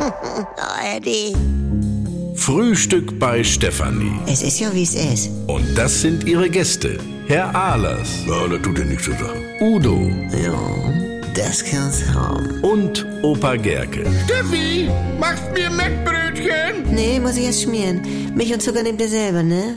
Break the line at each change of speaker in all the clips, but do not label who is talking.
oh, Eddie.
Frühstück bei Stefanie.
Es ist ja, wie es ist.
Und das sind ihre Gäste. Herr Ahlers,
Ja, das tut dir nichts zu sagen.
Udo
Ja, das kann's haben.
und Opa Gerke.
Steffi, machst mir Mettbrötchen?
Nee, muss ich erst schmieren. Milch und Zucker nehmt ihr selber, ne?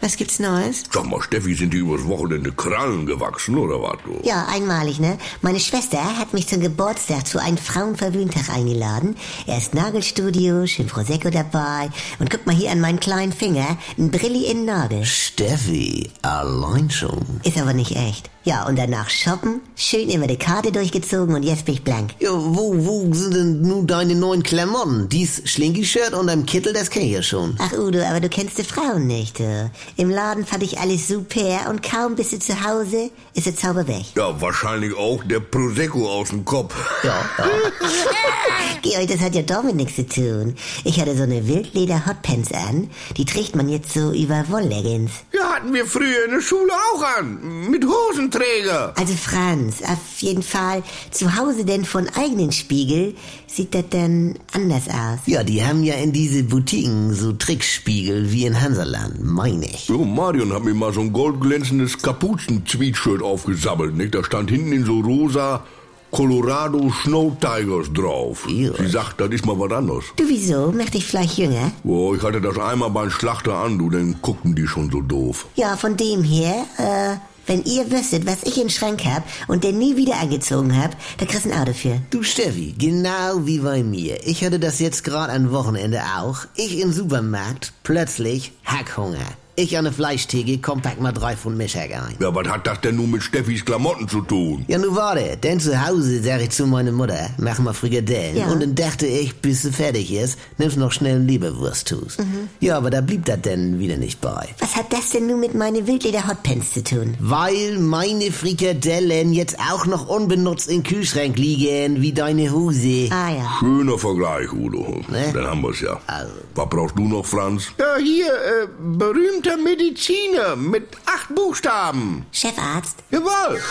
Was gibt's Neues?
Sag mal, Steffi, sind die übers Wochenende Krallen gewachsen oder was? Du?
Ja, einmalig, ne? Meine Schwester hat mich zum Geburtstag zu einem Frauenverwöhntag eingeladen. Erst Nagelstudio, schön Prosecco dabei. Und guck mal hier an meinen kleinen Finger, ein Brilli in Nagel.
Steffi, allein schon.
Ist aber nicht echt. Ja, und danach shoppen, schön immer die Karte durchgezogen und jetzt bin ich blank.
Ja, wo, wo sind denn nun deine neuen Klamotten? Dies Schlinky-Shirt und ein Kittel, das kenn ich ja schon.
Ach Udo, aber du kennst die Frauen nicht, du. Im Laden fand ich alles super und kaum bist du zu Hause, ist der Zauber weg.
Ja, wahrscheinlich auch der Prosecco aus dem Kopf.
Ja, ja.
Georg, das hat ja damit nichts zu tun. Ich hatte so eine Wildleder-Hotpants an. Die trägt man jetzt so über Wollleggings.
Ja, hatten wir früher in der Schule auch an. Mit Hosenträger.
Also Franz, auf jeden Fall zu Hause denn von eigenen Spiegel sieht das dann anders aus.
ja, die haben ja in diese Boutiquen so Trickspiegel wie in Hansaland, meine ich.
Jo, Marion hat mir mal so ein goldglänzendes Kapuzen-Tweetshirt aufgesammelt, nicht? Da stand hinten in so rosa Colorado Snow Tigers drauf.
Irre.
Sie sagt, das ist mal was anderes.
Du wieso? Mach dich vielleicht jünger?
Boah, ich hatte das einmal beim Schlachter an, du, dann guckten die schon so doof.
Ja, von dem her, äh, wenn ihr wüsstet, was ich im Schrank hab und den nie wieder angezogen hab, da kriegst du ein Auto für.
Du Steffi, genau wie bei mir. Ich hatte das jetzt gerade am Wochenende auch. Ich im Supermarkt, plötzlich Hackhunger. Ich an der Fleischtheke, komm, pack mal drei Pfund Mischhack ein.
Ja, was hat das denn nun mit Steffis Klamotten zu tun?
Ja, nu warte, denn zu Hause sag ich zu meiner Mutter, mach mal Frikadellen.
Ja.
Und dann dachte ich, bis sie fertig ist, nimm's noch schnell einen Leberwursttust.
Mhm.
Ja, aber da blieb das denn wieder nicht bei.
Was hat das denn nun mit meinen Wildleder-Hotpants zu tun?
Weil meine Frikadellen jetzt auch noch unbenutzt im Kühlschrank liegen, wie deine Hose.
Ah ja.
Schöner Vergleich, Udo.
Ne?
Dann haben wir's ja.
Also.
Was brauchst du noch, Franz?
Ja, hier, äh, berühmter Mediziner mit acht Buchstaben.
Chefarzt?
Jawohl.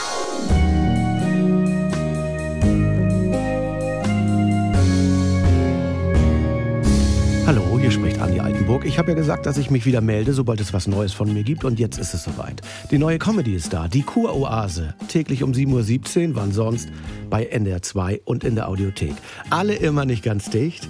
Hallo, hier spricht Andi Altenburg. Ich habe ja gesagt, dass ich mich wieder melde, sobald es was Neues von mir gibt. Und jetzt ist es soweit. Die neue Comedy ist da, die Kuroase. Täglich um 7.17 Uhr, wann sonst, bei NDR 2 und in der Audiothek. Alle immer nicht ganz dicht.